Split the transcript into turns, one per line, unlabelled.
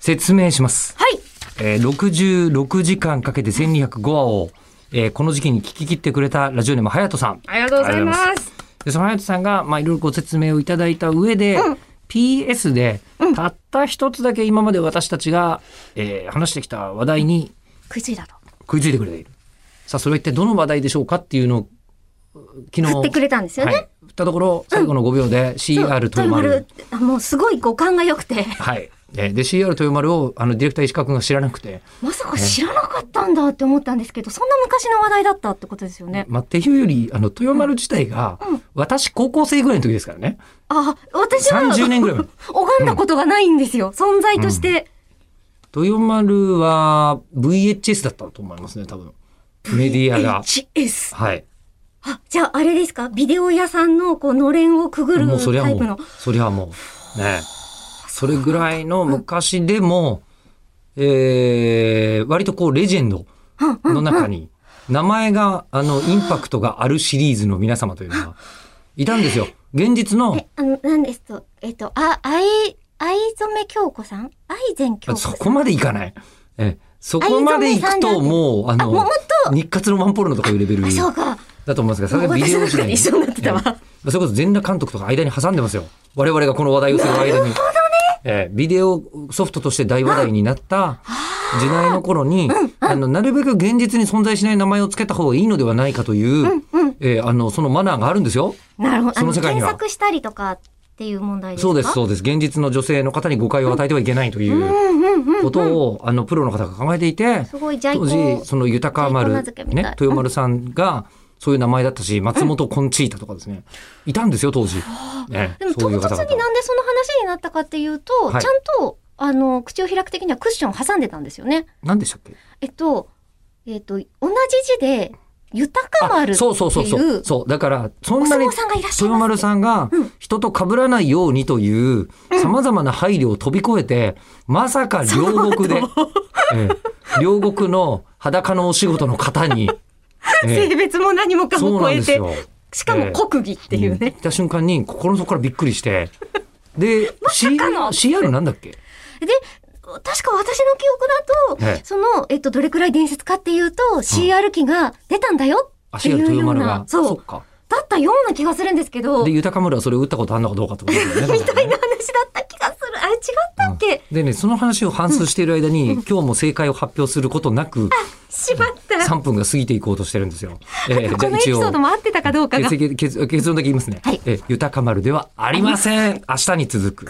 説明します。
はい。
えー66時間かけて1205話を、えーこの時期に聞き切ってくれたラジオネーム、はやとさん。
ありがとうございます。
ありがとうございでそのはやとさんが、まあ、いろいろご説明をいただいた上で、PS で、たった一つだけ今まで私たちが、えー話してきた話題に
食いついたと。
食いついてくれている。さあ、それは一体どの話題でしょうかっていうのを、昨日。
振ってくれたんですよね。
はい。振ったところ、最後の5秒で CR 豊丸。
あもうすごい五感が良く て、
はい。えーで、CR 豊丸を、あの、ディレクター石川君が知らなくて、
まさか知らなかったんだって思ったんですけど、そんな昔の話題だったってことですよね。
まあ、っていうより、あの、豊丸自体が、私、高校生ぐらいの時ですからね。
あ、私は
30年ぐらい前。
拝んだことがないんですよ。存在として。
豊丸は VHS だったと思いますね、多分。メディアが。
HS。
はい。
あ、じゃああれですかビデオ屋さんのこうのれんをくぐる
もうそりゃ
タ
も
イプの
う。、そりゃもう、ね。それぐらいの昔でも、えー、割とこう、レジェンドの中に、名前が、あの、インパクトがあるシリーズの皆様というのが、いたんですよ。現実の
え、、あの、なんですと、えっと、あ、あい、あいぞめ京子さんあいぜん京
あ
子さ
そ
ん
こまでいかない。ええそこまでいくと、もう、あ
あ、もうもっ
の、
と、
日活のワンポールのとかいうレベル
あ、そう
だ
か。
と思いますが、
もう
が
私の中で
に
一緒になってたわ。
それこそ全裸監督とか間に挟んでますよ。我々がこの話題をする間に。ええビデオソフトとして大話題になった時代の頃に、あの、なるべく現実に存在しない名前を付けた方がいいのではないかという、ええあの、そのマナーがあるんですよ。
なるほど。あ
その
の
世界に
検
は
索したりとかっていう問題ですか
そうです、そうです。現実の女性の方に誤解を与えてはいけないということを、あの、プロの方が考えていて、
すごい、ジャイコ
当時その豊か
ジャイコ名
丸、
付けみたい
ね、豊丸さんがそういう名前だったし松本コンチータとかですねいたんですよ当時、ね
でも、
そ
唐
ういう
突
方々
になんでその話になったかっていうと、
はい
ちゃんと、あの、口を開く的にはクッションを挟んでたんですよね。
何でしたっけ
えっと、えっと、同じ字で、豊か丸っていう、
そう
お
そうそうそう
相
そうだからそんなに
撲さんがいらっしゃ
豊
いま
丸
す。
さんが人と被らないようにというさまざまな配慮を飛び越えてまさか両国 で、ええ両国の裸のお仕事の方 に、ええ
性別も何もか
そう
も超
なん
え
です
て、
よ。
しかも国技っていう
うん
ね
行。った瞬間に心の底からびっくりして。 で、
かの
CR, CR なんだっけ
で、確か私の記憶だ
ええ、
とその、えっと、どれくらい伝説かっていうと、CR 機が出たんだよって
足
い
が
う
豊
よう
丸が
な。、そう
っ。か。
だったような気がするんですけど、
で、
み
豊村はそれを打ったことあんのかどうかってことだよ ね。
たいな話だった気がする。あれ違ったっけ、
でね、その話を反芻している間に、今日も正解を発表することなく、
しまった。
3分が過ぎていこうとしてるんです よ。えー
このエピソードも合ってたかどうかが。
結結結結論だけ言いますね。
はい
えー豊丸ではありません。明日に続く。